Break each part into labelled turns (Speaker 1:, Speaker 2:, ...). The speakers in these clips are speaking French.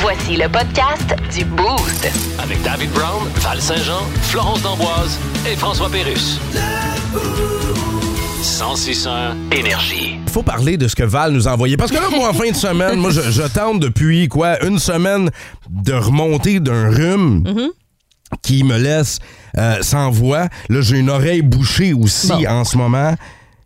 Speaker 1: Voici le podcast du Boost.
Speaker 2: Avec David Brown, Val Saint-Jean, Florence D'Amboise et François Pérus. 1061 Énergie.
Speaker 3: faut parler de ce que Val nous a envoyé. Parce que là, moi, en fin de semaine, moi, je, je tente depuis, quoi, une semaine de remonter d'un rhume qui me laisse euh, sans voix. Là, j'ai une oreille bouchée aussi
Speaker 4: Bon.
Speaker 3: en ce moment.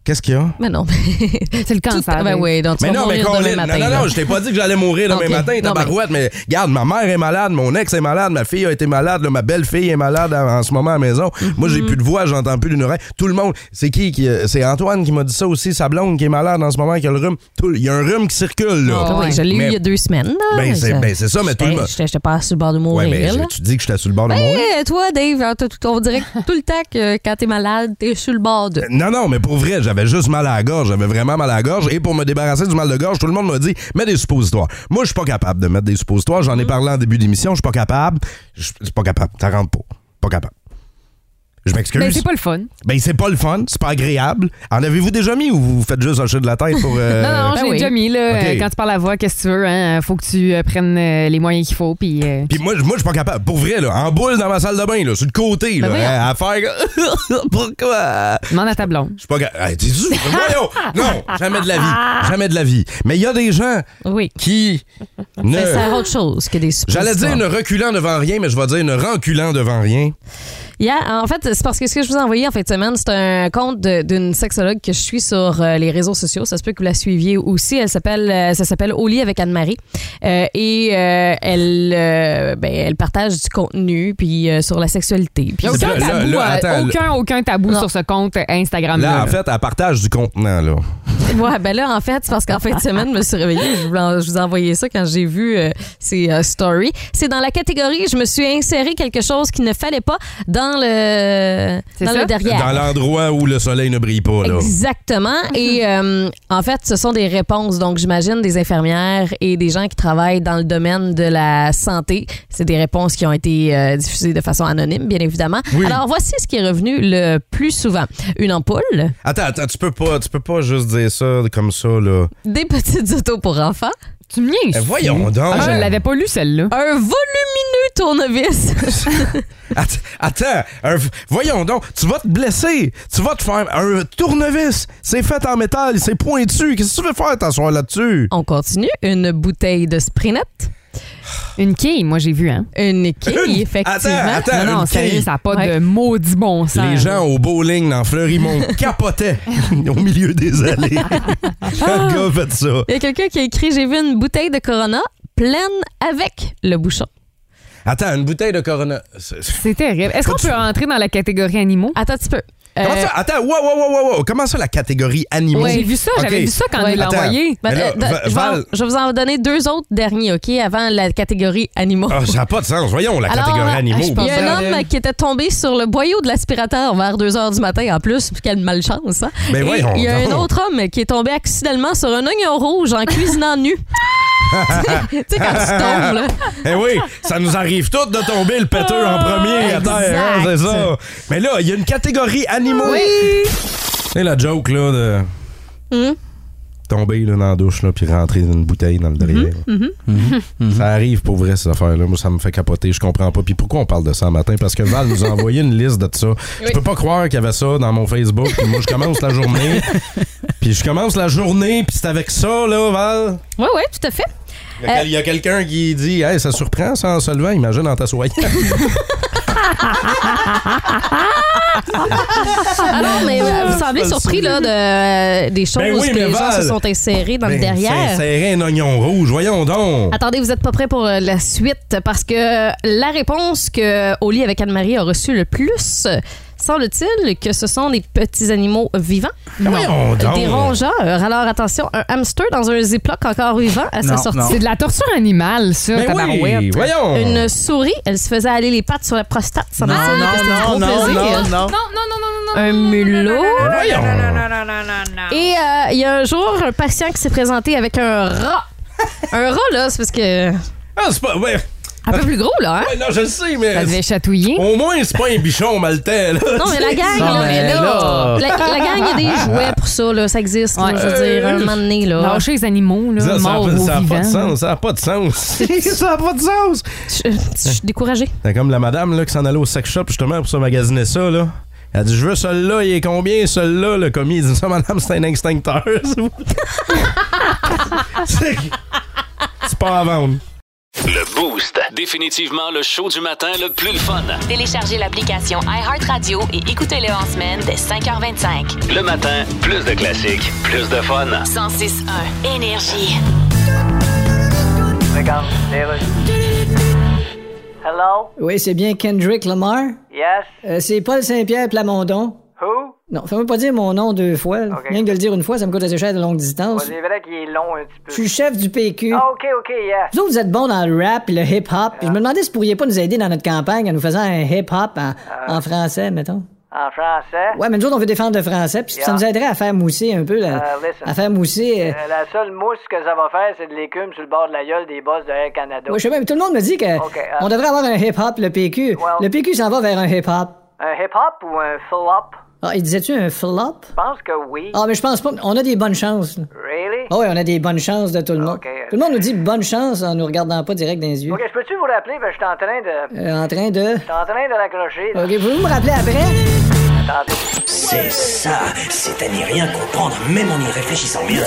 Speaker 3: Qu'est-ce qu'il y a?
Speaker 4: Mais non, c'est le cancer.
Speaker 5: Tout-
Speaker 4: Ben oui, donc tu
Speaker 3: Mais
Speaker 4: vas
Speaker 3: non, mais
Speaker 4: mourir demain
Speaker 3: Colin,
Speaker 4: matin,
Speaker 3: non, non,
Speaker 4: là.
Speaker 3: non, je t'ai pas dit que j'allais mourir demain
Speaker 4: Ok.
Speaker 3: matin,
Speaker 4: Non,
Speaker 3: tabarouette, mais... regarde, ma mère est malade, mon ex est malade, ma fille a été malade, là, ma belle-fille est malade en, en ce moment à la maison.
Speaker 4: Mhm.
Speaker 3: Moi, j'ai plus de voix, j'entends plus d'une oreille. Tout le monde, c'est qui? qui euh, c'est Antoine qui m'a dit ça aussi, sa blonde qui est malade en ce moment, qui a le rhume. Tout- Il y a un rhume qui circule, là.
Speaker 4: Ah oui, je l'ai eu
Speaker 3: Mais-
Speaker 4: il y a deux semaines. là.
Speaker 3: Ben, c'est-
Speaker 4: Je-
Speaker 3: ben, c'est ça, mais tout le
Speaker 4: j'étais-
Speaker 3: monde-
Speaker 4: J'étais j'étais pas sur le bord de
Speaker 3: Ouais,
Speaker 4: mourir.
Speaker 3: mais
Speaker 4: là.
Speaker 3: je- tu dis que j'étais sur le bord de mon
Speaker 4: Eh, toi, Dave, alors, tout- tout- on dirait que tout le temps que quand t'es malade, t'es sur le bord de.
Speaker 3: Non, non, mais pour vrai, j'avais juste mal à la gorge. J'avais vraiment mal à la gorge. Et pour me débarrasser du mal de gorge, tout le monde m'a dit mets des suppositoires. Moi, je suis pas capable de mettre des suppositoires.
Speaker 5: Mm.
Speaker 3: J'en ai parlé en début d'émission. Je suis pas capable. Je je suis pas capable. Ça rentre pas. Pas capable. Je m'excuse.
Speaker 5: Ben, c'est pas le fun.
Speaker 3: Ben, c'est pas le fun. C'est pas agréable. En avez-vous déjà mis ou vous faites juste hocher de la tête pour. euh,
Speaker 5: Non, non,
Speaker 4: ben
Speaker 5: je l'ai
Speaker 4: oui.
Speaker 5: Ah, déjà mis. Là,
Speaker 3: Ok.
Speaker 5: euh, quand tu parles à voix, qu'est-ce que tu veux? Hein? Faut que tu euh, prennes euh, les moyens qu'il faut. Puis, euh,
Speaker 3: Puis moi, moi je suis pas capable. Pour vrai, là, en boule dans ma salle de bain, là, sur le côté, là,
Speaker 5: Ben voyons.
Speaker 3: hein, à faire. Pourquoi?
Speaker 5: demande à ta blonde.
Speaker 3: Je suis pas capable. T'es-tu? Voyons! Non! Jamais de la vie. Jamais de la vie. Mais il y a des gens.
Speaker 4: Oui.
Speaker 3: qui
Speaker 4: Mais Ben, ça
Speaker 3: ne.
Speaker 4: sert à autre chose que des suppositoires.
Speaker 3: Euh. J'allais dire ne reculant devant rien, mais je vais dire ne renculant devant rien.
Speaker 4: Yeah, en fait, c'est parce que ce que je vous ai envoyé en fin de semaine, c'est un compte de- d'une sexologue que je suis sur euh, les réseaux sociaux. Ça se peut que vous la suiviez aussi. Elle s'appelle, euh, ça s'appelle Au lit avec Anne-Marie. Euh, et euh, elle, euh, ben, elle partage du contenu puis euh, sur la sexualité. Puis
Speaker 5: Il n'y a
Speaker 3: C'est
Speaker 5: aucun
Speaker 3: pas- là,
Speaker 5: tabou,
Speaker 3: là,
Speaker 5: euh,
Speaker 3: attends,
Speaker 5: aucun, aucun tabou
Speaker 4: Non.
Speaker 5: sur ce compte
Speaker 4: Ah,
Speaker 5: Instagram.
Speaker 3: Là,
Speaker 5: Là,
Speaker 3: en fait, elle partage du contenant, là.
Speaker 4: Ouais, ben là, en fait, c'est parce qu'en fin de semaine, je me suis réveillée. Je vous, en- je vous ai envoyé ça quand j'ai vu euh, ces euh, stories. C'est dans la catégorie, je me suis inséré quelque chose qu'il ne fallait pas dans le,
Speaker 5: C'est
Speaker 4: dans
Speaker 5: ça?
Speaker 4: le derrière.
Speaker 3: Dans l'endroit où le soleil ne brille pas, là.
Speaker 4: Exactement. Et euh, en fait, ce sont des réponses, donc j'imagine, des infirmières et des gens qui travaillent dans le domaine de la santé. C'est des réponses qui ont été euh, diffusées de façon anonyme, bien évidemment.
Speaker 3: Oui.
Speaker 4: Alors, voici ce qui est revenu le plus souvent. Une ampoule,
Speaker 3: Attends, attends, tu peux pas, tu peux pas juste dire ça comme ça, là.
Speaker 4: des petites autos pour enfants,
Speaker 5: tu me niaises.
Speaker 3: Eh, voyons donc.
Speaker 5: Ah, je l'avais pas lu, celle-là.
Speaker 4: un volumineux tournevis.
Speaker 3: Att- Attends, un- voyons donc, tu vas te blesser, tu vas te faire un tournevis, c'est fait en métal, c'est pointu, qu'est-ce que tu veux faire t'asseoir là-dessus?
Speaker 4: On continue. Une bouteille de Sprinette,
Speaker 3: Ah.
Speaker 5: Une quille, moi, j'ai vu. Hein?
Speaker 4: une quille,
Speaker 3: Une-
Speaker 4: effectivement.
Speaker 3: attends,
Speaker 5: Non, non,
Speaker 3: une
Speaker 5: sérieux,
Speaker 3: quille.
Speaker 5: ça n'a pas
Speaker 4: Ouais.
Speaker 5: de maudit bon sens.
Speaker 3: Les gens au bowling dans Fleurimont capotaient au milieu des allées. Chaque gars fait ça.
Speaker 4: Il y a quelqu'un qui a écrit J'ai vu une bouteille de Corona pleine avec le bouchon.
Speaker 3: Attends, une bouteille de Corona. c'est- c'est-
Speaker 5: C'est terrible. Est-ce qu'on
Speaker 3: Faut-
Speaker 5: peut entrer dans la catégorie animaux?
Speaker 4: Attends un petit peu. Euh,
Speaker 3: Comment ça? Attends, wow, wow, wow, wow, wow. Comment ça, la catégorie animaux?
Speaker 5: J'ai vu ça,
Speaker 3: Ok.
Speaker 5: j'avais vu ça quand
Speaker 4: Ouais.
Speaker 5: il l'a
Speaker 3: Attends.
Speaker 5: envoyé.
Speaker 4: Ben,
Speaker 3: Mais là,
Speaker 4: euh, de-
Speaker 3: Va-
Speaker 4: je, vais en-
Speaker 3: Val-
Speaker 4: je vais vous en donner deux autres derniers, OK, avant la catégorie animaux.
Speaker 3: Ah, ça n'a pas de sens. Voyons, la
Speaker 4: Alors,
Speaker 3: catégorie animaux. ben, euh,
Speaker 4: Il y a
Speaker 5: ah, pensais à
Speaker 4: un homme
Speaker 5: elle.
Speaker 4: qui était tombé sur le boyau de l'aspirateur vers 2 h du matin en plus. Quelle malchance, hein?
Speaker 3: Ben
Speaker 4: Et
Speaker 3: voyons
Speaker 4: Il y a un
Speaker 3: donc.
Speaker 4: autre homme qui est tombé accidentellement sur un oignon rouge en cuisinant nu. tu sais, quand tu tombes, là.
Speaker 3: Eh oui, ça nous arrive toutes de tomber le péteux en premier à terre, hein, c'est ça. Mais là, il y a une catégorie animaux. C'est la joke, là, de
Speaker 4: Hmm?
Speaker 3: tomber là, dans la douche, là, puis rentrer dans une bouteille dans le derrière. Mhm, Ça arrive pour vrai, cette affaire-là. Moi, ça me fait capoter. Je comprends pas. Puis pourquoi on parle de ça le matin? Parce que Val nous a envoyé une liste de tout ça. Je peux pas croire qu'il y avait ça dans mon Facebook. Puis moi, je commence la journée. puis je commence la journée, puis c'est avec ça, là, Val.
Speaker 4: Oui, oui, tout à fait.
Speaker 3: Il y a, quel- il y a quelqu'un qui dit Hey, ça surprend ça en se levant, imagine en t'assoyant.
Speaker 4: Alors, mais euh, vous semblez surpris, là, de, euh, des choses
Speaker 3: Ah, Ben oui,
Speaker 4: que
Speaker 3: mais
Speaker 4: les gens
Speaker 3: Val-
Speaker 4: se sont insérés dans le
Speaker 3: Ben,
Speaker 4: derrière.
Speaker 3: c'est- C'est un oignon rouge, voyons donc.
Speaker 4: Attendez, vous êtes pas prêts pour euh, la suite parce que euh, la réponse que Au lit avec Anne-Marie a reçue le plus, euh, semble-t-il que ce sont des petits animaux vivants,
Speaker 3: Ben
Speaker 4: Euh,
Speaker 3: Voyons donc.
Speaker 4: des rongeurs. Alors attention, un hamster dans un ziploc encore vivant à sa
Speaker 6: Non,
Speaker 4: sortie.
Speaker 6: non.
Speaker 5: C'est de la torture animale, ça,
Speaker 3: Ah. Ben
Speaker 5: tabarouette.
Speaker 3: oui, voyons.
Speaker 4: Une souris, elle se faisait aller les pattes sur la prostate. Ça m'a semblé que c'était du gros plaisir.
Speaker 6: non, non.
Speaker 4: Un mulot.
Speaker 3: Voyons.
Speaker 4: Et euh, il y a un jour, un patient qui s'est présenté avec un rat. un rat, là, c'est parce que. euh,
Speaker 3: Ah, c'est pas. ouais.
Speaker 5: Un peu plus gros, là, hein?
Speaker 3: Ouais, non, je le sais, mais.
Speaker 5: Ça devait chatouiller.
Speaker 3: Au moins, c'est pas un bichon maltais, là.
Speaker 4: Non, mais la gang,
Speaker 6: Non,
Speaker 4: là,
Speaker 6: mais
Speaker 4: là,
Speaker 6: là.
Speaker 4: La, la gang, il y a des jouets pour ça, là, ça existe. là,
Speaker 5: Ouais.
Speaker 4: je veux dire, un moment donné, là.
Speaker 5: Lâcher les animaux, là,
Speaker 3: Oh. Ça n'a
Speaker 5: morts ou
Speaker 3: pas de
Speaker 5: vivants.
Speaker 3: sens, ça n'a pas de sens. ça n'a pas de sens.
Speaker 4: Je je suis découragée.
Speaker 3: C'est comme la madame là, qui s'en allait au sex shop justement pour se magasiner ça. Là. Elle dit Je veux celui-là, il est combien celui-là Le commis il dit Ça, madame, c'est un extincteur. s'il vous plaît. c'est c'est pas à vendre.
Speaker 2: Le Boost. Définitivement le show du matin le plus le fun.
Speaker 1: Téléchargez l'application iHeartRadio et écoutez-le en semaine dès 5h25.
Speaker 2: Le matin, plus de classiques, plus de fun.
Speaker 1: 106.1 Énergie.
Speaker 7: Regarde, les rues. Hello?
Speaker 8: Oui, c'est bien Kendrick Lamar.
Speaker 7: Yes?
Speaker 8: Euh, c'est Paul Saint-Pierre Plamondon.
Speaker 7: Who?
Speaker 8: Non, fais-moi pas dire mon nom deux fois. là.
Speaker 7: Ok.
Speaker 8: Rien que de le dire une fois, ça me coûte assez cher de longue distance.
Speaker 7: C'est vrai qu'il est long un petit peu.
Speaker 8: Je suis chef du PQ.
Speaker 7: Ah, ok, ok, yes.
Speaker 8: Vous autres, vous êtes bons dans le rap et le hip-hop. puis Je me demandais si vous pourriez pas nous aider dans notre campagne en nous faisant un hip-hop en,
Speaker 7: Ah.
Speaker 8: en français, mettons.
Speaker 7: En français?
Speaker 8: Ouais, mais nous autres, on veut défendre le français, puis ça
Speaker 7: Yeah.
Speaker 8: nous aiderait à faire mousser un peu, la,
Speaker 7: Euh, listen.
Speaker 8: à faire mousser... euh,
Speaker 7: Euh, la seule mousse que ça va faire, c'est de l'écume sur le bord de la gueule des boss de Air Canada.
Speaker 8: ouais, je sais pas, mais tout le monde me dit que
Speaker 7: Ok, euh.
Speaker 8: on devrait avoir un hip-hop, le PQ. Le PQ s'en va vers un hip-hop.
Speaker 7: Un hip-hop ou un flop?
Speaker 8: Ah, il disait-tu un flop?
Speaker 7: Je pense que oui.
Speaker 8: Ah, mais je pense pas. On a des bonnes chances. là.
Speaker 7: Really?
Speaker 8: Ah oui, on a des bonnes chances de tout le monde.
Speaker 7: Ok, euh,
Speaker 8: Tout le monde nous dit bonne chance en nous regardant pas direct dans les yeux.
Speaker 7: Ok, je peux-tu vous rappeler? Parce que je suis en train de.
Speaker 8: Euh, en train de.
Speaker 7: Je suis en train de l'accrocher. là.
Speaker 8: Ok, pouvez-vous me rappeler après?
Speaker 7: Attendez.
Speaker 9: C'est ça, c'est à n'y rien comprendre, même en y réfléchissant bien.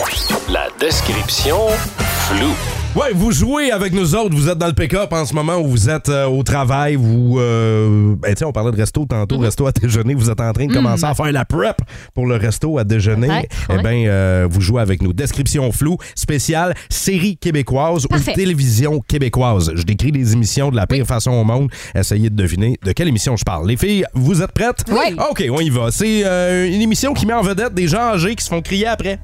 Speaker 2: La description floue.
Speaker 3: Ouais, vous jouez avec nous autres, vous êtes dans le pick-up en ce moment, ou vous êtes euh, au travail, vous... euh, ben, tu sais, on parlait de resto tantôt,
Speaker 4: Mhm.
Speaker 3: resto à déjeuner, vous êtes en train de commencer à faire la prep pour le resto à déjeuner.
Speaker 4: Ouais,
Speaker 3: Eh bien, vous jouez avec nous. Description floue, spéciale, série québécoise
Speaker 4: Parfait.
Speaker 3: ou télévision québécoise. Je décris les émissions de la pire façon au monde. Essayez de deviner de quelle émission je parle. Les filles, vous êtes prêtes?
Speaker 4: Oui.
Speaker 3: OK, on y va. C'est euh, une émission qui met en vedette des gens âgés qui se font crier après.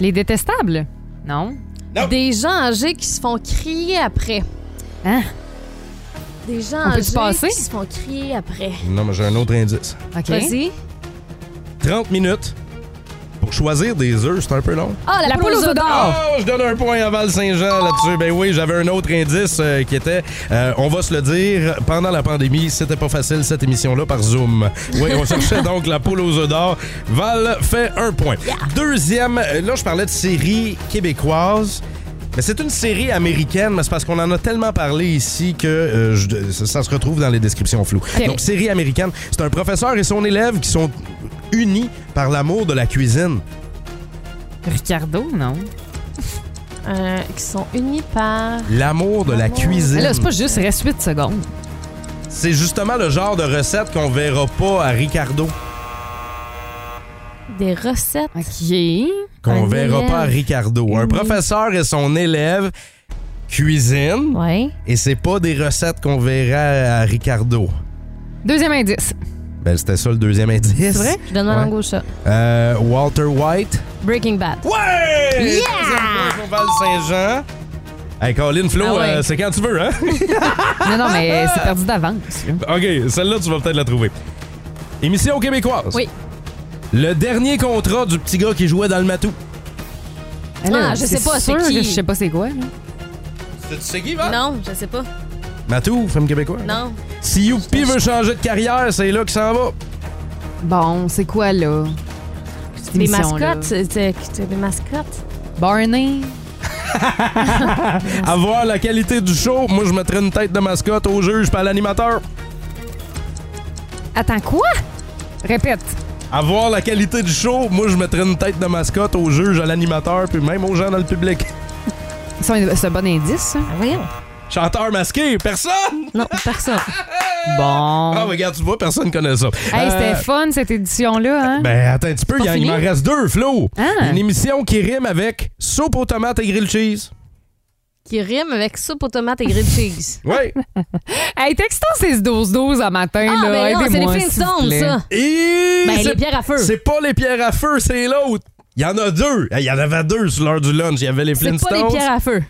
Speaker 5: Les détestables? Non.
Speaker 3: Ah.
Speaker 4: Des gens âgés qui se font crier après.
Speaker 5: Hein?
Speaker 4: Des gens
Speaker 5: On peut-tu
Speaker 4: âgés
Speaker 5: passer?
Speaker 4: qui se font crier après.
Speaker 3: Non, mais j'ai un autre indice.
Speaker 5: OK.
Speaker 4: Vas-y.
Speaker 3: 30 minutes pour choisir des œufs, c'est un peu long.
Speaker 4: Ah, la,
Speaker 5: La
Speaker 4: poule aux œufs d'or.
Speaker 3: Oh, je donne un point à Val-Saint-Jean là-dessus. Ben oui, j'avais un autre indice euh, qui était, euh, on va se le dire, pendant la pandémie, c'était pas facile cette émission-là par Zoom. Oui, on cherchait donc la poule aux œufs d'or. Val fait un point. Deuxième, euh, là je parlais de série québécoise. Mais c'est une série américaine, mais c'est parce qu'on en a tellement parlé ici que euh, je- ça, ça se retrouve dans les descriptions floues. Donc, série américaine, c'est un professeur et son élève qui sont unis par l'amour de la cuisine.
Speaker 5: Ricardo? Non.
Speaker 4: Euh, qui sont unis par.
Speaker 3: L'amour de la
Speaker 5: Mais
Speaker 3: cuisine.
Speaker 5: là, c'est pas juste, il reste 8 secondes.
Speaker 3: C'est justement le genre de recette qu'on verra pas à Ricardo.
Speaker 4: Des recettes.
Speaker 5: OK.
Speaker 3: Qu'on
Speaker 4: Un
Speaker 3: verra
Speaker 4: élève.
Speaker 3: pas à Ricardo. Un professeur et son élève cuisinent
Speaker 4: Ouais.
Speaker 3: et c'est pas des recettes qu'on verra à Ricardo.
Speaker 5: Deuxième indice.
Speaker 3: Ben, c'était ça le deuxième indice. C'est
Speaker 4: Je donne ma
Speaker 3: Ouais.
Speaker 4: langue au chat.
Speaker 3: Euh, Walter White.
Speaker 4: Breaking Bad.
Speaker 3: Ouais! Deuxième point pour Val-Saint-Jean. Hey, Colin, Flo,
Speaker 4: Ah ouais.
Speaker 3: euh, c'est quand tu veux, hein?
Speaker 5: Non, non, mais c'est perdu d'avance. là.
Speaker 3: OK, celle-là, tu vas peut-être la trouver. Émission québécoise.
Speaker 4: Oui.
Speaker 3: Le dernier contrat du petit gars qui jouait dans le matou.
Speaker 5: Mais là,
Speaker 4: Ah, je sais pas, c'est
Speaker 5: sûr
Speaker 4: qui?
Speaker 5: que Je sais pas c'est quoi. là.
Speaker 3: Tu sais qui,
Speaker 4: Non, je sais pas.
Speaker 3: Matou, film québécois.
Speaker 4: Non.
Speaker 3: Si Youpi veut changer de carrière, c'est là qu'il s'en va.
Speaker 5: Bon, c'est quoi là?
Speaker 4: Des mascottes. c'est- c'est- c'est Des mascottes.
Speaker 5: Barney.
Speaker 3: Avoir la qualité du show, moi je mettrais une tête de mascotte au juge pas à l'animateur.
Speaker 5: Attends, quoi? Répète.
Speaker 3: Avoir la qualité du show, moi je mettrais une tête de mascotte au juge, à l'animateur, puis même aux gens dans le public.
Speaker 5: C'est un, c'est un bon indice, ça.
Speaker 4: Voyons.
Speaker 3: Chanteur masqué, personne!
Speaker 4: Ah Non, personne.
Speaker 5: Bon.
Speaker 3: Ah, regarde, tu vois, personne connaît ça.
Speaker 5: Hey, c'était
Speaker 3: Euh,
Speaker 5: fun cette édition-là, hein?
Speaker 3: Ben, attends un petit peu, il y en- il
Speaker 4: fini?
Speaker 3: m'en reste deux, Flo.
Speaker 5: Ah.
Speaker 3: Une émission qui rime avec soupe aux tomates et grilled cheese.
Speaker 4: Qui rime avec soupe aux tomates et grilled cheese.
Speaker 3: Oui.
Speaker 5: Hey, textons ces 12-12 à matin,
Speaker 4: Ah,
Speaker 5: là.
Speaker 4: ben non, c'est
Speaker 5: Aidez-moi,
Speaker 4: les
Speaker 5: s'il vous
Speaker 4: Flintstones,
Speaker 5: plaît.
Speaker 4: ça.
Speaker 3: Et
Speaker 4: Ben,
Speaker 3: c'est-
Speaker 4: les pierres à feu.
Speaker 3: C'est pas les pierres à feu, c'est l'autre. Il y en a deux. Eh, Il y en avait deux sur l'heure du lunch. Il y avait les
Speaker 4: C'est pas les
Speaker 3: Flintstones.
Speaker 4: pierres à feu.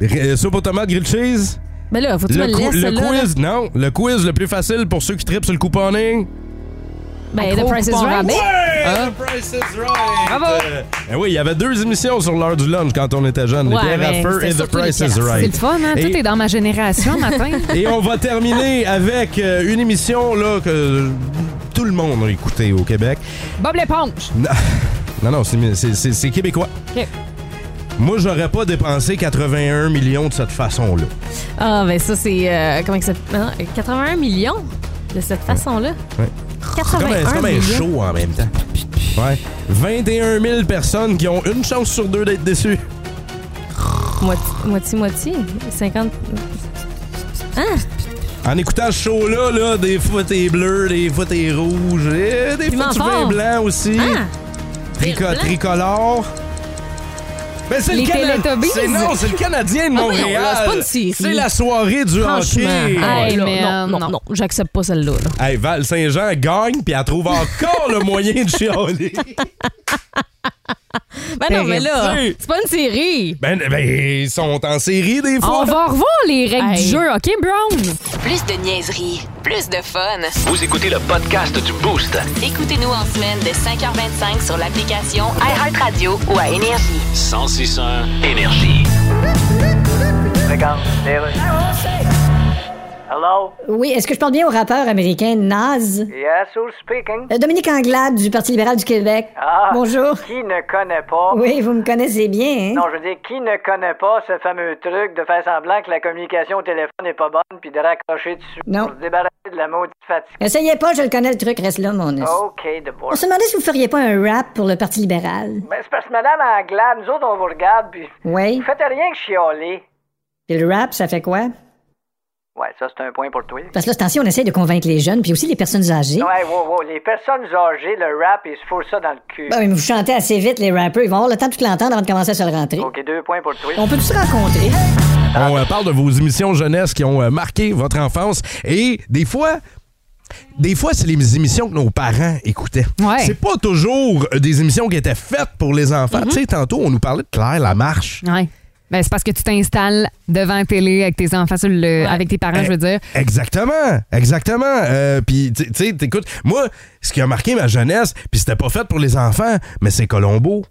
Speaker 3: euh, Soupe aux tomates, grilled cheese.
Speaker 4: Mais là, faut que tu me
Speaker 3: Le,
Speaker 4: le
Speaker 3: cou-
Speaker 4: laisses,
Speaker 3: le
Speaker 4: là.
Speaker 3: quiz, non. Le quiz le plus facile pour ceux qui tripent sur le couponing.
Speaker 4: Ben,
Speaker 5: Gros
Speaker 4: The Price is
Speaker 5: coupon
Speaker 4: Right.
Speaker 5: rabais.
Speaker 3: The Price is right! Euh, ben oui, il y avait deux émissions sur l'heure du lunch quand on était jeune.
Speaker 4: Ouais,
Speaker 3: les bières
Speaker 4: mais
Speaker 3: à feu
Speaker 4: c'était
Speaker 3: et The
Speaker 4: surtout les
Speaker 3: Price is
Speaker 4: piastres.
Speaker 5: C'est le
Speaker 3: right.
Speaker 5: fun, hein?
Speaker 3: Et-
Speaker 5: Tout est dans ma génération, matin.
Speaker 3: Et on va terminer avec euh, une émission là, que euh, tout le monde a écoutée au Québec.
Speaker 5: Bob l'éponge.
Speaker 3: Non, non, c'est- c'est c'est- c'est québécois.
Speaker 5: OK.
Speaker 3: Moi, j'aurais pas dépensé 81 millions de cette façon-là.
Speaker 4: Ah, ben ça, c'est. euh, comment que ça. non, 81 millions de cette façon-là.
Speaker 3: Ouais. C'est
Speaker 4: 81
Speaker 3: comme, un- c'est comme un
Speaker 4: millions.
Speaker 3: show en même temps. Ouais. 21 000 personnes qui ont une chance sur deux d'être déçues.
Speaker 4: Moiti- Moitié-moitié. 50.
Speaker 3: En écoutant ce show-là, là, des fois t'es bleu, des fois t'es rouge, et des fois
Speaker 4: Piment
Speaker 3: tu vins
Speaker 4: fort.
Speaker 3: blanc aussi.
Speaker 4: Ah!
Speaker 3: Trico-
Speaker 4: blanc.
Speaker 3: tricolore. Mais c'est le
Speaker 5: Les
Speaker 3: Canadien.
Speaker 5: Télétobies.
Speaker 3: C'est non, c'est le Canadien de
Speaker 4: Ah oui, non,
Speaker 3: Montréal.
Speaker 4: là, c'est pas une série.
Speaker 3: C'est la soirée du
Speaker 4: Franchement.
Speaker 3: hockey.
Speaker 4: Hey, là,
Speaker 5: Ouais.
Speaker 4: non, non,
Speaker 5: Mais, euh,
Speaker 4: non, j'accepte pas celle-là. là.
Speaker 3: Hey, Val Saint-Jean gagne puis elle trouve encore le moyen de chialer.
Speaker 4: Ben non, mais là,
Speaker 3: Terrible.
Speaker 4: c'est pas une série.
Speaker 3: Ben, ben, ils sont en série des fois.
Speaker 5: On va revoir les règles
Speaker 4: Hey.
Speaker 5: du jeu, OK, Brown?
Speaker 1: Plus de niaiserie, plus de fun.
Speaker 2: Vous écoutez le podcast du Boost.
Speaker 1: Écoutez-nous en semaine de 5h25 sur l'application iHeartRadio ou à Énergie.
Speaker 2: 1061 Énergie.
Speaker 7: Regarde, les rues. Hello?
Speaker 8: Oui, est-ce que je parle bien au rappeur américain Naz?
Speaker 7: Yes, who's speaking?
Speaker 8: Euh, Dominique Anglade du Parti libéral du Québec.
Speaker 7: Ah.
Speaker 8: Bonjour.
Speaker 7: Qui ne connaît pas?
Speaker 8: Oui, vous me connaissez bien, hein?
Speaker 7: Non, je veux dire, qui ne connaît pas ce fameux truc de faire semblant que la communication au téléphone n'est pas bonne puis de raccrocher dessus
Speaker 8: Non.
Speaker 7: pour se débarrasser de la maudite fatigue?
Speaker 8: Essayez pas, je le connais le truc, reste là, mon os.
Speaker 7: OK, de bois.
Speaker 8: On se demandait si vous feriez pas un rap pour le Parti libéral.
Speaker 7: Ben, c'est parce que Madame Anglade, nous autres, on vous regarde puis
Speaker 8: Oui.
Speaker 7: vous faites rien que chialer.
Speaker 8: Et le rap, ça fait quoi?
Speaker 7: Ouais, ça, c'est un point pour toi.
Speaker 8: Parce que là, ce temps-ci, on essaie de convaincre les jeunes, puis aussi les personnes âgées.
Speaker 7: Ouais, wow, wow. Les personnes âgées, le rap, ils se foutent ça dans le cul.
Speaker 8: Ben oui, mais vous chantez assez vite, les rappers. Ils vont avoir le temps de tout l'entendre avant de commencer à se le rentrer.
Speaker 7: OK, deux points pour toi.
Speaker 8: On peut tous se rencontrer.
Speaker 3: On euh, parle de vos émissions jeunesse qui ont euh, marqué votre enfance et des fois. Des fois, c'est les émissions que nos parents écoutaient.
Speaker 5: Ouais.
Speaker 3: C'est pas toujours euh, des émissions qui étaient faites pour les enfants.
Speaker 5: Mm-hmm.
Speaker 3: Tu sais, tantôt, on nous parlait de Claire la marche.
Speaker 5: Ouais. Ben, c'est parce que tu t'installes devant la télé avec tes enfants, sur le- avec tes
Speaker 4: hein,
Speaker 5: parents, je veux dire.
Speaker 3: Eh, Exactement, exactement. Euh, Puis, tu tu sais, t'écoutes. Moi, ce qui a marqué ma jeunesse, puis c'était pas fait pour les enfants, mais c'est Colombo.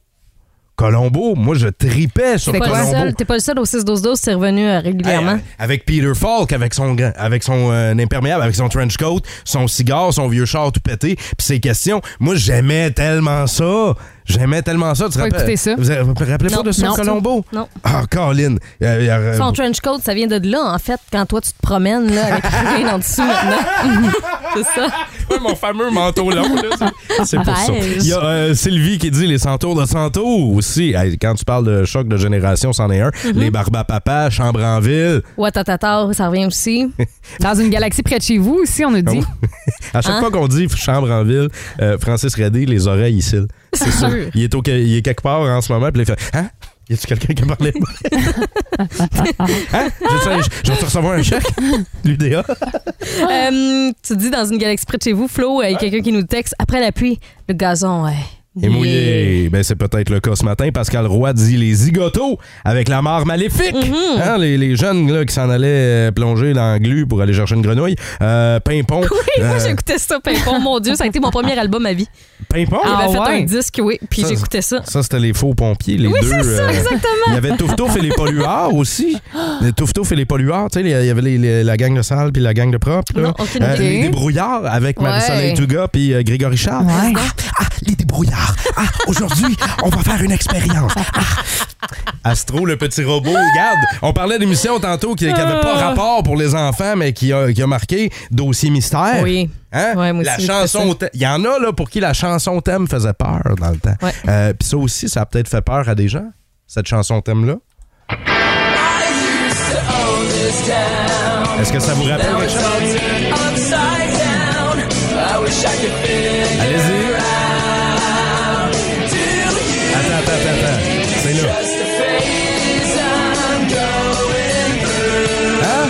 Speaker 3: Colombo, moi, je tripais sur
Speaker 4: T'es pas, le
Speaker 3: Colombo.
Speaker 4: seul, t'es pas le seul au 6-12-12, c'est revenu euh, régulièrement.
Speaker 3: Hey, avec Peter Falk, avec son, gant- avec son euh, imperméable, avec son trench coat, son cigare, son vieux char tout pété, puis ses questions. Moi, j'aimais tellement ça. J'aimais tellement ça. Tu te
Speaker 5: Pas
Speaker 3: rappelles-
Speaker 5: écouter ça.
Speaker 3: Vous vous rappelez pas
Speaker 4: Non,
Speaker 3: de ça,
Speaker 4: non.
Speaker 3: Colombo?
Speaker 4: Non.
Speaker 3: Ah, Colin. Euh, il y aurait-
Speaker 4: Son trench coat, ça vient de là, en fait, quand toi, tu te promènes là, avec rien en dessous maintenant. c'est ça.
Speaker 3: Ouais, mon fameux manteau long. là, c'est- C'est pour ça.
Speaker 4: Beige.
Speaker 3: Il y a euh, Sylvie qui dit les centaures de Santour aussi. Hey, quand tu parles de choc de génération, c'en est un.
Speaker 4: Mhm.
Speaker 3: Les Barbapapa, Chambre en ville.
Speaker 4: Ouattatatar, ça revient aussi.
Speaker 5: Dans une galaxie près de chez vous aussi, on nous dit.
Speaker 3: Ah À chaque
Speaker 4: Hein?
Speaker 3: fois qu'on dit chambre en ville, euh, Francis Redé, les oreilles ici. C'est sûr.
Speaker 4: sûr.
Speaker 3: Il est, au- il est quelque part en ce moment, puis il fait Hein? Y a-tu quelqu'un qui a parlé de moi? hein? Je vais- Je vais recevoir un chèque? L'UDA?
Speaker 5: Ah.
Speaker 4: Euh, tu dis dans une galaxie près de chez vous, Flo, euh, il y a quelqu'un qui nous texte après la pluie, le gazon, ouais.
Speaker 3: Et mouillé. Ben, c'est peut-être le cas ce matin. Pascal Roy dit les zigotos avec la mort maléfique.
Speaker 4: Mm-hmm.
Speaker 3: Hein, les, les jeunes là, qui s'en allaient euh, plonger dans le glu pour aller chercher une grenouille. Euh, Pimpon.
Speaker 4: Oui, moi
Speaker 3: Euh,
Speaker 4: j'écoutais ça, Pimpon. Mon Dieu, ça a été mon premier album à vie.
Speaker 3: Pimpon?
Speaker 4: Il avait
Speaker 5: Ah
Speaker 4: fait
Speaker 5: ouais?
Speaker 4: un disque, oui, puis
Speaker 3: Ça,
Speaker 4: j'écoutais ça.
Speaker 3: Ça, c'était les faux pompiers, les
Speaker 4: Oui,
Speaker 3: deux.
Speaker 4: c'est ça,
Speaker 3: euh,
Speaker 4: exactement.
Speaker 3: Il y avait Touf Touf et les polluards aussi. Les Touf Touf et les polluards, tu sais, il y avait les- les- la gang de sale puis la gang de propre. là. Euh,
Speaker 4: Non, aucune idée.
Speaker 3: les débrouillards avec Marie-Soleil
Speaker 5: Ouais.
Speaker 3: Dugas puis euh, Grégory Charles.
Speaker 5: Ouais.
Speaker 3: Ah, ah, les débrouillards. Ah, aujourd'hui, on va faire une expérience. Ah. Astro, le petit robot, regarde, on parlait d'émission tantôt qui n'avait pas
Speaker 4: Ah.
Speaker 3: rapport pour les enfants, mais qui a, qui a marqué Dossier mystère.
Speaker 4: Oui.
Speaker 3: Hein?
Speaker 4: Ouais, moi aussi,
Speaker 3: la
Speaker 4: j'écoutais
Speaker 3: chanson
Speaker 4: ça.
Speaker 3: au thème. Il y en a là, pour qui la chanson thème faisait peur dans le temps.
Speaker 4: Ouais.
Speaker 3: Euh, Puis ça aussi, ça a peut-être fait peur à des gens, cette chanson thème-là. Est-ce que ça vous rappelle quelque chose? Allez-y. Attends, attends, attends, attends. C'est là. Hein?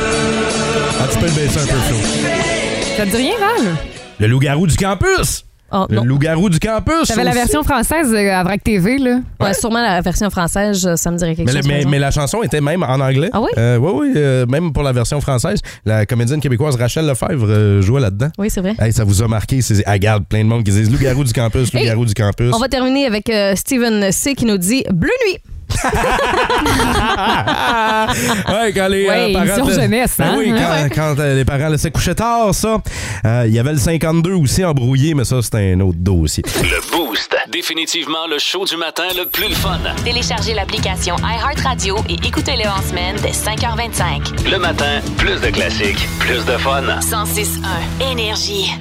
Speaker 3: Ah, tu peux le baisser un peu, Flo.
Speaker 5: Ça te dit rien, Val?
Speaker 3: Le loup-garou du campus!
Speaker 4: Ah,
Speaker 3: Le
Speaker 4: non.
Speaker 3: loup-garou du campus.
Speaker 5: T'avais la
Speaker 3: aussi.
Speaker 5: version française euh, à Vrac TV, là.
Speaker 4: Ouais, sûrement la version française, je- ça me dirait quelque
Speaker 3: Mais, le-
Speaker 4: chose.
Speaker 3: mais-
Speaker 4: par exemple.
Speaker 3: mais la chanson était même en anglais.
Speaker 4: Ah oui?
Speaker 3: Euh, oui, oui, euh, même pour la version française. La comédienne québécoise Rachel Lefebvre euh, jouait là-dedans.
Speaker 4: Oui, c'est vrai.
Speaker 3: Hey, ça vous a marqué, ces... ah, regarde, plein de monde qui disent loup-garou du campus,
Speaker 4: Hey,
Speaker 3: loup-garou du campus.
Speaker 4: On va terminer avec euh, Steven C qui nous dit Bleu nuit.
Speaker 3: ouais, quand les euh,
Speaker 5: Ouais,
Speaker 3: parents
Speaker 5: émission
Speaker 3: te-
Speaker 5: jeunesse,
Speaker 3: Ben
Speaker 5: hein?
Speaker 3: oui, quand, quand, euh, les parents laissaient coucher tard, ça. Euh, Il y avait le 52 aussi embrouillé, mais ça, c'était un autre dossier.
Speaker 2: Le Boost. Définitivement le show du matin le plus le fun.
Speaker 1: Téléchargez l'application iHeartRadio et écoutez-le en semaine dès 5h25.
Speaker 2: Le matin, plus de classiques, plus de fun.
Speaker 1: 106.1 Énergie.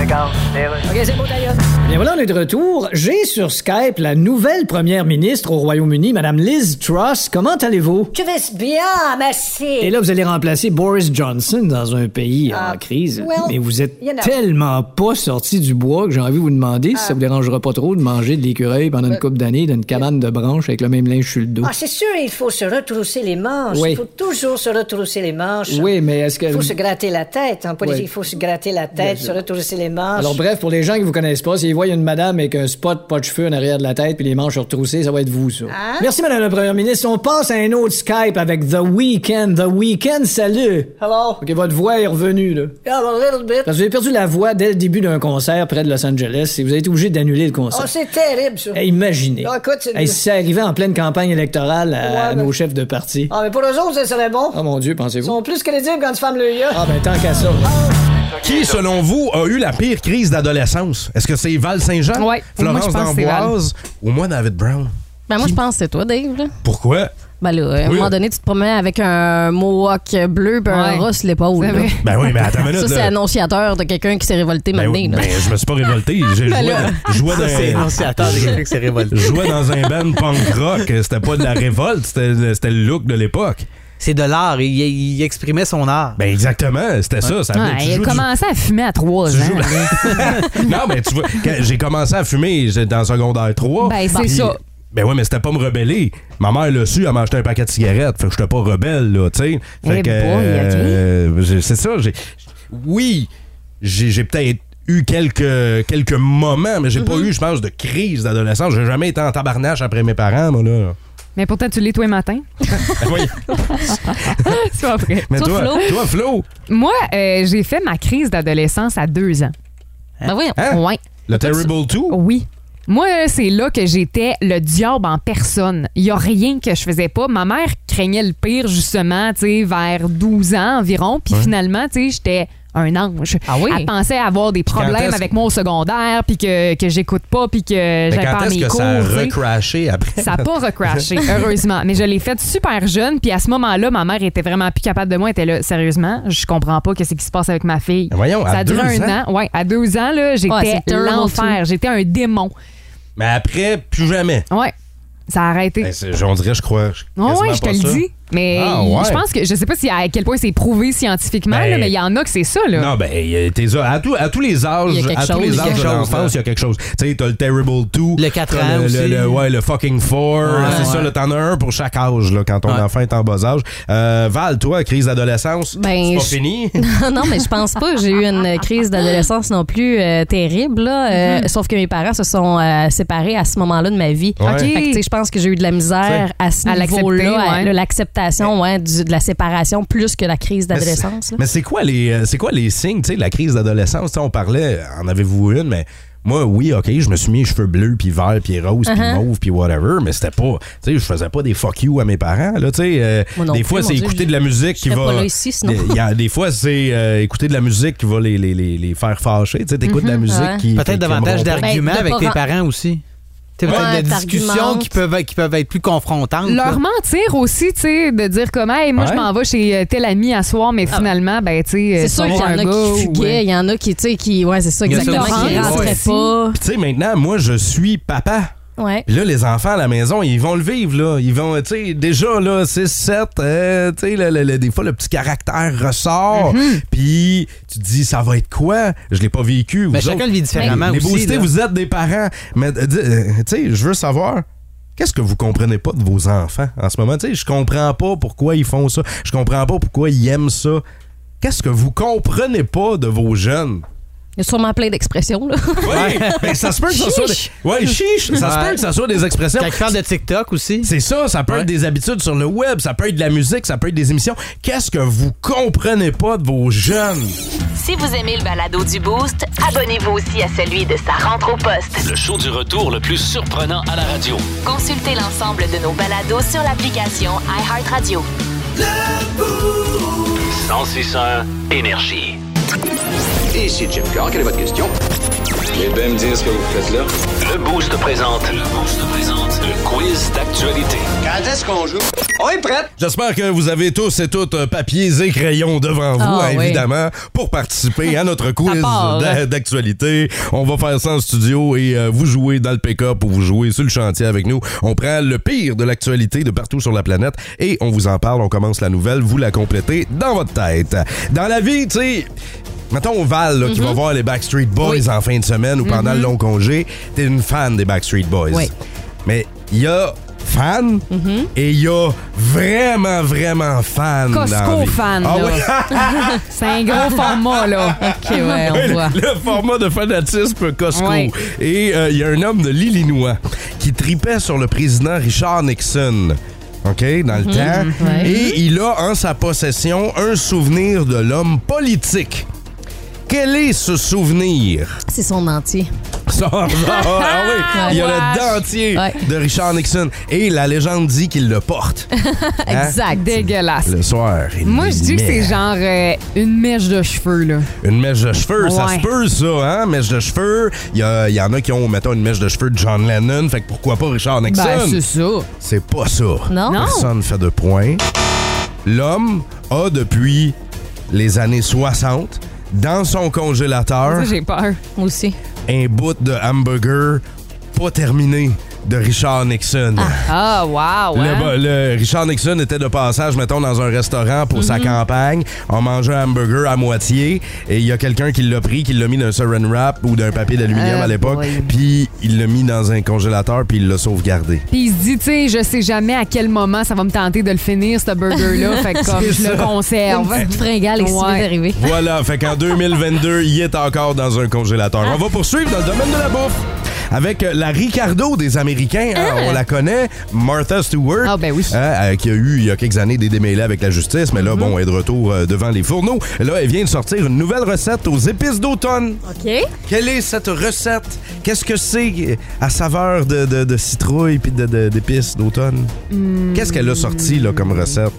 Speaker 7: Regarde, les rues.
Speaker 8: OK, c'est beau, ta gueule. Bien voilà, on est de retour. J'ai sur Skype la nouvelle première ministre au Royaume-Uni, Madame Liz Truss. Comment allez-vous?
Speaker 6: Je vais bien, merci.
Speaker 8: Et là, vous allez remplacer Boris Johnson dans un pays en crise.
Speaker 6: Ah, well,
Speaker 8: Mais vous êtes
Speaker 6: you know.
Speaker 8: tellement pas sorti du bois que j'ai envie de vous demander si
Speaker 6: Ah.
Speaker 8: ça vous dérangera pas trop de manger de l'écureuil pendant une couple d'années d'une cabane de branches avec le même linge sur le dos.
Speaker 6: Euh, Ah, c'est sûr, il faut se retrousser les manches.
Speaker 8: Oui.
Speaker 6: Il faut toujours se retrousser les manches.
Speaker 8: oui, mais est-ce que...
Speaker 6: Il faut se gratter la tête. En politique,
Speaker 8: Oui.
Speaker 6: il faut se gratter la tête, se retrousser les manches.
Speaker 8: Alors ben, bref, pour les gens qui vous connaissent pas, s'ils voient une madame avec un spot pas de cheveux en arrière de la tête puis les manches retroussées, ça va être vous, ça.
Speaker 6: Ah.
Speaker 8: Merci, madame la première ministre. On passe à un autre Skype avec The Weeknd. The Weeknd, salut!
Speaker 6: Hello.
Speaker 8: OK, votre voix est revenue, là.
Speaker 6: Yeah, a little bit.
Speaker 8: Parce que vous avez perdu la voix dès le début d'un concert près de Los Angeles et vous avez été obligé d'annuler le concert.
Speaker 6: Oh, c'est terrible, ça.
Speaker 8: Hey, imaginez.
Speaker 6: Ah, écoute, c'est-
Speaker 8: Hey, si ça arrivait en pleine campagne électorale à,
Speaker 6: Ouais,
Speaker 8: nos
Speaker 6: mais-
Speaker 8: chefs de parti.
Speaker 6: Ah, mais pour eux autres, ça serait bon.
Speaker 8: Oh mon Dieu,
Speaker 6: Ils
Speaker 8: pensez-vous?
Speaker 6: sont plus crédibles quand tu fermes le yeux.
Speaker 8: Ah ben tant qu'à ça.
Speaker 3: Qui, selon vous, a eu la pire crise d'adolescence? Est-ce que c'est Val Saint-Jean,
Speaker 5: Ouais, moi, je
Speaker 3: Florence
Speaker 5: pense que c'est Val.
Speaker 3: d'Amboise ou moi, David Brown?
Speaker 4: Ben, moi, je pense que c'est toi, Dave. là.
Speaker 3: Pourquoi?
Speaker 4: Ben, là, à un
Speaker 3: Oui.
Speaker 4: moment donné, tu te promets avec un mohawk bleu et un
Speaker 5: Ouais.
Speaker 4: rat sur l'épaule.
Speaker 5: C'est
Speaker 4: là.
Speaker 5: vrai.
Speaker 3: Ben oui, mais attends une minute.
Speaker 4: Ça, c'est
Speaker 3: là.
Speaker 4: annonciateur de quelqu'un qui s'est révolté
Speaker 3: Ben,
Speaker 4: maintenant.
Speaker 3: oui,
Speaker 4: là.
Speaker 3: ben, je me suis pas révolté. J'ai
Speaker 5: Ben
Speaker 3: joué,
Speaker 4: là-
Speaker 3: dans-
Speaker 8: Ah,
Speaker 3: joué dans,
Speaker 10: C'est l'énonciateur de quelqu'un qui s'est révolté.
Speaker 3: jouais dans un band punk rock. C'était pas de la révolte, c'était c'était le look de l'époque.
Speaker 10: C'est de l'art. Il, il exprimait son art.
Speaker 3: Ben exactement, c'était ça. ça venait- Ah, tu
Speaker 5: Ouais, il a
Speaker 3: joues du-
Speaker 5: commencé à fumer à 3
Speaker 3: tu
Speaker 5: ans.
Speaker 3: joues- Hein? non, mais tu vois, quand j'ai commencé à fumer j'étais dans secondaire 3.
Speaker 5: Ben, c'est
Speaker 3: puis-
Speaker 5: ça.
Speaker 3: Ben ouais, mais c'était pas me rebeller. Ma mère l'a su, elle m'a acheté un paquet de cigarettes. Fait que j'étais pas rebelle, là, tu sais. Fait
Speaker 5: Eh
Speaker 3: que. euh,
Speaker 5: boy,
Speaker 3: j'ai- c'est ça. j'ai- Oui, j'ai j'ai peut-être eu quelques, quelques moments, mais j'ai pas
Speaker 5: Mm-hmm.
Speaker 3: eu, je pense, de crise d'adolescence. J'ai jamais été en tabarnache après mes parents, moi, là.
Speaker 5: Mais pourtant, tu l'es tous les matins.
Speaker 3: Ben oui,
Speaker 5: C'est pas vrai.
Speaker 3: mais
Speaker 4: Toi,
Speaker 3: toi,
Speaker 4: Flo?
Speaker 3: toi, Flo,
Speaker 5: Moi, euh, j'ai fait ma crise d'adolescence à 2 ans.
Speaker 4: Ben voyons.
Speaker 3: Hein?
Speaker 5: Ouais.
Speaker 3: le Terrible 2.
Speaker 5: Oui. Moi, là, c'est là que j'étais le diable en personne. Il n'y a rien que je faisais pas. Ma mère craignait le pire, justement, tu sais, vers 12 ans environ. Puis finalement, tu sais, j'étais un ange.
Speaker 4: Ah oui?
Speaker 5: Elle pensait avoir des
Speaker 3: quand
Speaker 5: problèmes
Speaker 3: est-ce-
Speaker 5: avec moi au secondaire, puis que, que j'écoute pas, puis que
Speaker 3: Mais
Speaker 5: j'avais
Speaker 3: quand
Speaker 5: pas
Speaker 3: est-ce
Speaker 5: mes
Speaker 3: que
Speaker 5: cours.
Speaker 3: ça a
Speaker 5: tu sais.
Speaker 3: recrashé après?
Speaker 5: Ça n'a pas recrashé, heureusement. Mais je l'ai faite super jeune. Puis à ce moment-là, ma mère était vraiment plus capable de moi. Elle était là, sérieusement, je comprends pas qu'est-ce qui se passe avec ma fille.
Speaker 3: Ben voyons, à
Speaker 5: ça a duré
Speaker 3: deux
Speaker 5: un an. Ouais, à deux ans, là, j'étais
Speaker 4: Ouais, c'est terrible,
Speaker 5: l'enfer. J'étais un démon.
Speaker 3: Mais après, plus jamais.
Speaker 5: Ouais. Ça a arrêté.
Speaker 3: Ben, c'est- on dirait, je crois. je-
Speaker 5: Ouais, Ah ouais,
Speaker 3: quasiment
Speaker 5: je te
Speaker 3: pas
Speaker 5: le
Speaker 3: ça.
Speaker 5: dis. Mais
Speaker 3: Ah, ouais.
Speaker 5: je pense que je sais pas si à quel point c'est prouvé scientifiquement,
Speaker 3: Ben,
Speaker 5: là, mais il y en a que c'est ça. Là.
Speaker 3: Non, ben, euh, t'es à, tous- à tous les âges,
Speaker 4: Il y a quelque
Speaker 3: à tous
Speaker 4: chose.
Speaker 3: les
Speaker 10: Il y a
Speaker 3: âges de
Speaker 10: quelque chose,
Speaker 3: l'enfance,
Speaker 10: là.
Speaker 3: il y a quelque chose. Tu sais, t'as le Terrible 2.
Speaker 10: Le quatre
Speaker 3: t'as
Speaker 10: ans
Speaker 3: le,
Speaker 10: aussi.
Speaker 3: le- le- ouais, le fucking 4. c'est
Speaker 10: ouais.
Speaker 3: ça, là, t'en as un pour chaque âge, là, quand ton
Speaker 10: Ouais.
Speaker 3: enfant est en bas âge. Euh, Val, toi, crise d'adolescence,
Speaker 4: Ben,
Speaker 3: c'est pas
Speaker 4: je-
Speaker 3: fini.
Speaker 4: non, mais je pense pas. J'ai eu une crise d'adolescence non plus euh, terrible. Là. Euh, Sauf que mes parents se sont euh, séparés à ce moment-là de ma vie.
Speaker 3: Ouais.
Speaker 4: Fait que, tu sais, je pense que j'ai eu de la misère à ce
Speaker 5: À l'accepter,
Speaker 4: niveau-là, à
Speaker 5: ouais.
Speaker 4: le- l'acceptation ouais, du- de la séparation plus que la crise
Speaker 3: Mais c'est-
Speaker 4: d'adolescence. là.
Speaker 3: Mais c'est quoi les euh, c'est quoi les signes, tu sais, de la crise d'adolescence, Tu sais, on parlait, en avez-vous une mais moi oui, OK, je me suis mis les cheveux bleus puis verts puis roses
Speaker 4: Uh-huh.
Speaker 3: puis mauve puis whatever, mais c'était pas tu sais, je faisais pas des fuck you à mes parents là, tu sais, euh,
Speaker 4: Moi non
Speaker 3: des
Speaker 4: plus,
Speaker 3: fois
Speaker 4: mon
Speaker 3: c'est
Speaker 4: Dieu,
Speaker 3: écouter
Speaker 4: je-
Speaker 3: de la musique qui
Speaker 4: serais
Speaker 3: va
Speaker 4: pas là ici, sinon.
Speaker 3: Des, y a- des fois c'est euh, écouter de la musique qui va les, les, les, les faire fâcher, tu sais, t'écoutes de la musique
Speaker 4: Mhm. ouais.
Speaker 3: qui qui- qui
Speaker 10: Peut-être davantage
Speaker 3: aimeront pas.
Speaker 10: d'arguments
Speaker 4: Ben, de
Speaker 10: avec
Speaker 4: pas
Speaker 10: tes
Speaker 4: ren-
Speaker 10: parents aussi. Tu sais,
Speaker 4: Ouais,
Speaker 10: Peut-être des discussions
Speaker 4: t'argumentes.
Speaker 10: qui peuvent, qui peuvent être plus confrontantes.
Speaker 5: Leur
Speaker 10: là.
Speaker 5: mentir aussi, tu sais, de dire comme, hey, moi,
Speaker 3: Ouais.
Speaker 5: je m'en vais chez euh, tel ami à soir, mais finalement, ben, tu sais,
Speaker 4: Ah. C'est
Speaker 5: euh,
Speaker 4: sûr
Speaker 5: ils
Speaker 4: qu'il y
Speaker 5: sont
Speaker 4: en
Speaker 5: un gars
Speaker 4: a qui
Speaker 5: ou, euh,
Speaker 4: fuguaient, il y en a qui, tu sais, qui, ouais, c'est ça,
Speaker 10: Il y a ça
Speaker 4: exactement,
Speaker 5: aussi,
Speaker 4: qui rentraient
Speaker 3: Puis tu sais maintenant, moi je suis papa.
Speaker 4: pas. Ouais.
Speaker 3: Puis là, les enfants à la maison, ils vont le vivre, là. Ils vont, tu sais, déjà, là, 6, 7, euh, tu sais, le- le- le- des fois, le petit caractère ressort.
Speaker 10: Mhm.
Speaker 3: Puis tu te dis, ça va être quoi? Je l'ai pas vécu.
Speaker 10: Mais
Speaker 3: vous
Speaker 10: Ben, chacun
Speaker 3: autres.
Speaker 10: le vit différemment
Speaker 3: Les
Speaker 10: aussi,
Speaker 3: beaux-cités,
Speaker 10: là.
Speaker 3: vous êtes des parents. Mais, euh, di- euh, tu sais, je veux savoir... Qu'est-ce que vous comprenez pas de vos enfants en ce moment? Tu sais, je comprends pas pourquoi ils font ça. Je comprends pas pourquoi ils aiment ça. Qu'est-ce que vous comprenez pas de vos jeunes?
Speaker 4: Il y a sûrement plein d'expressions, là.
Speaker 3: Oui, mais ça se peut que ça soit. Des... Ouais, chiche. Ça se
Speaker 10: Ouais.
Speaker 3: peut que ça soit des expressions.
Speaker 10: Quand tu parles de TikTok aussi.
Speaker 3: C'est ça, ça peut être des habitudes sur le web, ça peut être de la musique, ça peut être des émissions. Qu'est-ce que vous comprenez pas de vos jeunes?
Speaker 1: Si vous aimez le balado du Boost, abonnez-vous aussi à celui de sa rentre au poste.
Speaker 2: Le show du retour le plus surprenant à la radio.
Speaker 1: Consultez l'ensemble de nos balados sur l'application iHeartRadio.
Speaker 2: 1061 Énergie.
Speaker 9: Ici Jim Carr, quelle est votre question?
Speaker 2: Et bien me dire ce que vous faites là. Le Boost présente. Le Boost présente. Le quiz d'actualité.
Speaker 9: Quand est-ce qu'on joue? On est prêt!
Speaker 3: J'espère que vous avez tous et toutes euh, papiers et crayons devant vous,
Speaker 4: Ah,
Speaker 3: hein,
Speaker 4: oui.
Speaker 3: évidemment, pour participer à notre quiz
Speaker 4: part,
Speaker 3: d'a-
Speaker 4: hein.
Speaker 3: d'actualité. On va faire ça en studio et euh, vous jouez dans le pick-up ou vous jouez sur le chantier avec nous. On prend le pire de l'actualité de partout sur la planète et on vous en parle. On commence la nouvelle, vous la complétez dans votre tête. Dans la vie, tu sais... Mettons Val là, qui
Speaker 4: Mhm.
Speaker 3: va voir les Backstreet Boys en fin de semaine ou pendant le long congé. T'es une fan des Backstreet Boys.
Speaker 4: Oui.
Speaker 3: Mais il y a fan et il y a vraiment, vraiment fan. dans la
Speaker 5: Costco
Speaker 3: vie.
Speaker 5: fan,
Speaker 3: Ah
Speaker 5: là.
Speaker 3: oui?
Speaker 5: C'est un gros format, là.
Speaker 4: OK, ouais, on voit.
Speaker 3: le, le format de fanatisme Costco.
Speaker 5: Eh, Ouais.
Speaker 3: Et euh, il y a un homme de l'Illinois qui tripait sur le président Richard Nixon. OK, dans le temps.
Speaker 4: ouais.
Speaker 3: Et il a en sa possession un souvenir de l'homme politique. Quel est ce souvenir?
Speaker 4: C'est son entier.
Speaker 3: Ça, ah, ah oui, il y a le dentier
Speaker 4: Ouais.
Speaker 3: de Richard Nixon. Et la légende dit qu'il le porte. Hein?
Speaker 4: Exact.
Speaker 5: Dégueulasse.
Speaker 3: Le soir. il
Speaker 5: Moi, je dis que c'est
Speaker 3: met
Speaker 5: genre euh, une mèche de cheveux, là.
Speaker 3: Une mèche de cheveux, ça
Speaker 5: Ouais.
Speaker 3: se peut, ça, hein? Mèche de cheveux. Il y, a- il y en a qui ont, mettons, une mèche de cheveux de John Lennon. Fait que pourquoi pas Richard Nixon?
Speaker 5: Ben, c'est ça.
Speaker 3: c'est pas ça.
Speaker 4: Non? Non.
Speaker 3: Personne fait de point. L'homme a, depuis les années 60, dans son congélateur,
Speaker 5: Ça, j'ai peur.
Speaker 4: Moi aussi.
Speaker 3: un bout de hamburger pas terminé de Richard Nixon.
Speaker 5: Ah, wow,
Speaker 3: Le,
Speaker 5: hein?
Speaker 3: ba- le- Richard Nixon était de passage, mettons, dans un restaurant pour
Speaker 5: Mm-hmm.
Speaker 3: sa campagne. On mangeait un hamburger à moitié et il y a quelqu'un qui l'a pris, qui l'a mis d'un saran wrap ou d'un papier d'aluminium
Speaker 5: Ah
Speaker 3: à l'époque,
Speaker 5: boy.
Speaker 3: puis il l'a mis dans un congélateur puis il l'a sauvegardé.
Speaker 5: Puis il se dit, tu sais, je sais jamais à quel moment ça va me tenter de le finir, ce burger-là. fait que comme je le
Speaker 4: Une
Speaker 5: conserve.
Speaker 4: petite fringale et si
Speaker 5: Ouais.
Speaker 4: est arrivé.
Speaker 3: Voilà, fait qu'en 2022, il est encore dans un congélateur. On va poursuivre dans le domaine de la bouffe avec euh, la Ricardo des Américains. hein, on la connaît, Martha Stewart,
Speaker 5: Ah, ben oui. Mm-hmm.
Speaker 3: hein, euh, qui a eu il y a quelques années des démêlés avec la justice, mais là, bon, elle est de retour euh, devant les fourneaux. Là, elle vient de sortir une nouvelle recette aux épices d'automne.
Speaker 4: OK.
Speaker 3: Ah, Quelle est cette recette? Qu'est-ce que c'est euh, à saveur de, de- de citrouille puis de- de- d'épices d'automne?
Speaker 5: Hmm.
Speaker 3: Qu'est-ce qu'elle a sorti là, comme recette?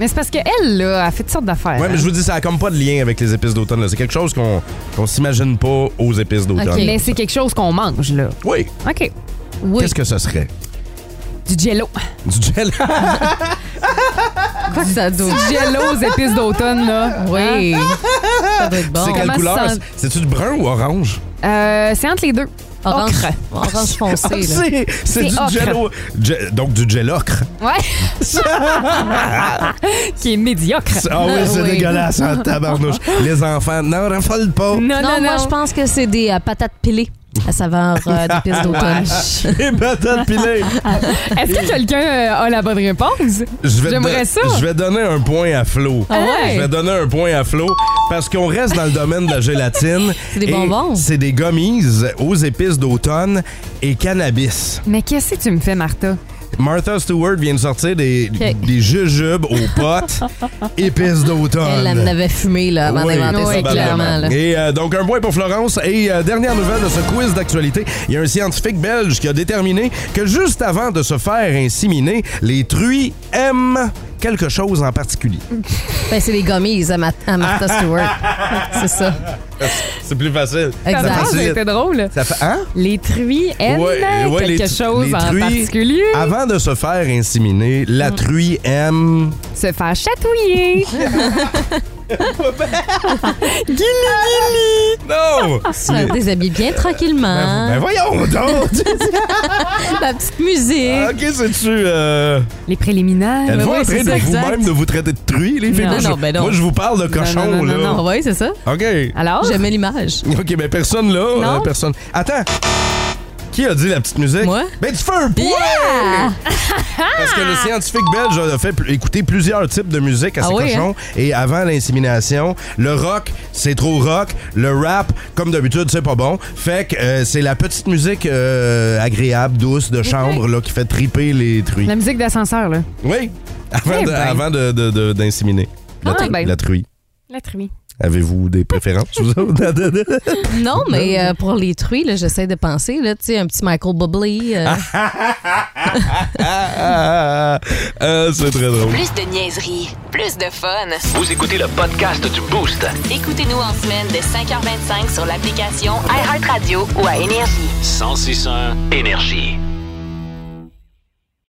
Speaker 5: Mais c'est parce qu'elle, là, a fait toutes sortes d'affaires. hein.
Speaker 3: Ouais, mais je vous dis, ça a comme pas de lien avec les épices d'automne. là. C'est quelque chose qu'on qu'on s'imagine pas aux épices d'automne.
Speaker 5: OK. Mais c'est quelque chose qu'on mange, là.
Speaker 3: Oui.
Speaker 5: OK.
Speaker 4: Oui.
Speaker 3: Qu'est-ce que ce serait?
Speaker 5: Du jello.
Speaker 3: Du gel?
Speaker 4: Quoi que ça doit?
Speaker 5: Du jello aux épices d'automne, là. Hein?
Speaker 4: Oui. Ça doit être bon.
Speaker 3: c'est quelle
Speaker 5: Comment
Speaker 3: couleur?
Speaker 5: ça-
Speaker 3: C'est-tu du brun ou orange?
Speaker 5: Euh, c'est entre les deux.
Speaker 4: Orange,
Speaker 5: Ocre.
Speaker 4: orange foncé. là.
Speaker 3: Ah, C'est c'est du
Speaker 5: ocre.
Speaker 3: gel Donc du gel ocre.
Speaker 5: Ouais. Qui est médiocre.
Speaker 3: Ah oui, c'est
Speaker 4: oui.
Speaker 3: dégueulasse, hein, tabarnouche. Les enfants, n'en raffolent pas.
Speaker 5: Non,
Speaker 4: Non,
Speaker 5: non,
Speaker 4: moi, je
Speaker 5: non.
Speaker 4: pense que c'est des euh, patates pilées à saveur euh, d'épices d'automne.
Speaker 3: Les patates pilées.
Speaker 5: Est-ce que quelqu'un euh, a la bonne réponse?
Speaker 3: Je vais te
Speaker 5: J'aimerais
Speaker 3: don-
Speaker 5: ça.
Speaker 3: Je vais donner un point à Flo.
Speaker 5: Ah ouais?
Speaker 3: Je vais donner un point à Flo parce qu'on reste dans le domaine de la gélatine.
Speaker 4: C'est des
Speaker 3: Et
Speaker 4: bonbons.
Speaker 3: C'est des gummies aux épices d'automne et cannabis.
Speaker 5: Mais qu'est-ce que tu me fais, Martha?
Speaker 3: Martha Stewart vient de sortir des,
Speaker 4: Ok.
Speaker 3: des jujubes aux potes épices
Speaker 4: Elle
Speaker 3: d'automne.
Speaker 4: en avait fumé là, avant
Speaker 3: Oui,
Speaker 4: d'inventer ça,
Speaker 5: oui,
Speaker 4: clairement. là.
Speaker 3: Et euh, donc, un point pour Florence. Et euh, dernière nouvelle de ce quiz d'actualité, il y a un scientifique belge qui a déterminé que juste avant de se faire inséminer, les truies aiment quelque chose en particulier.
Speaker 4: Ben, c'est des gummies à, Ma- à Martha Stewart. c'est ça.
Speaker 3: C'est plus facile.
Speaker 4: Exact.
Speaker 5: Ah,
Speaker 4: Ça
Speaker 3: facilite.
Speaker 5: C'était drôle.
Speaker 3: Ça fait, hein?
Speaker 5: Les truies aiment
Speaker 3: Ouais, ouais, les
Speaker 5: quelque
Speaker 3: tru-
Speaker 5: chose
Speaker 3: les
Speaker 5: en
Speaker 3: truies,
Speaker 5: particulier.
Speaker 3: Avant de se faire inséminer, la
Speaker 4: Mm.
Speaker 3: truie aime.
Speaker 5: Se faire chatouiller.
Speaker 3: Non!
Speaker 4: Ah, Ça déshabille bien
Speaker 3: Ben
Speaker 4: tranquillement.
Speaker 3: voyons donc!
Speaker 4: La petite musique.
Speaker 3: Ah, ok, c'est-tu. euh,
Speaker 5: Les préliminaires.
Speaker 3: Êtes-vous
Speaker 5: ouais,
Speaker 3: en
Speaker 5: c'est
Speaker 3: train
Speaker 5: ça,
Speaker 3: de
Speaker 5: exact.
Speaker 3: vous-même de vous traiter de truie, les filles?
Speaker 5: Non,
Speaker 3: moi,
Speaker 4: non,
Speaker 3: je,
Speaker 4: ben non.
Speaker 3: moi, je vous parle de cochon,
Speaker 5: non, non,
Speaker 3: là.
Speaker 5: non,
Speaker 4: Oui, Ah c'est ça.
Speaker 3: OK.
Speaker 5: Alors?
Speaker 4: Oh. J'aimais l'image.
Speaker 3: OK, mais personne là,
Speaker 5: Non.
Speaker 3: euh, personne. Attends. Qui a dit la petite musique?
Speaker 4: Moi?
Speaker 3: Ben, tu fais un point! Parce que le scientifique belge a fait pl- écouter plusieurs types de musique à
Speaker 4: Ah
Speaker 3: ses
Speaker 4: oui,
Speaker 3: cochons.
Speaker 5: hein?
Speaker 3: Et avant l'insémination, le rock, c'est trop rock. Le rap, comme d'habitude, c'est pas bon. Fait que euh, c'est la petite musique euh, agréable, douce, de chambre, là, qui fait triper les truies.
Speaker 5: La musique d'ascenseur, là.
Speaker 3: Oui, avant
Speaker 5: Eh
Speaker 3: de-
Speaker 5: ben.
Speaker 3: avant de- de- de- d'inséminer la,
Speaker 5: Ah,
Speaker 3: tru-
Speaker 5: ben.
Speaker 3: la truie.
Speaker 5: La trimie.
Speaker 3: Avez-vous des préférences, vous autres?
Speaker 4: Non, mais euh, pour les truies, là, j'essaie de penser, là, tu sais, un petit Michael Bublé. euh,
Speaker 3: Ah, ah, ah, c'est très drôle.
Speaker 1: Plus de niaiserie, plus de fun.
Speaker 2: Vous écoutez le podcast du Boost.
Speaker 1: Écoutez-nous en semaine de 5h25 sur l'application iHeartRadio ou à Énergie.
Speaker 2: 1061 Énergie.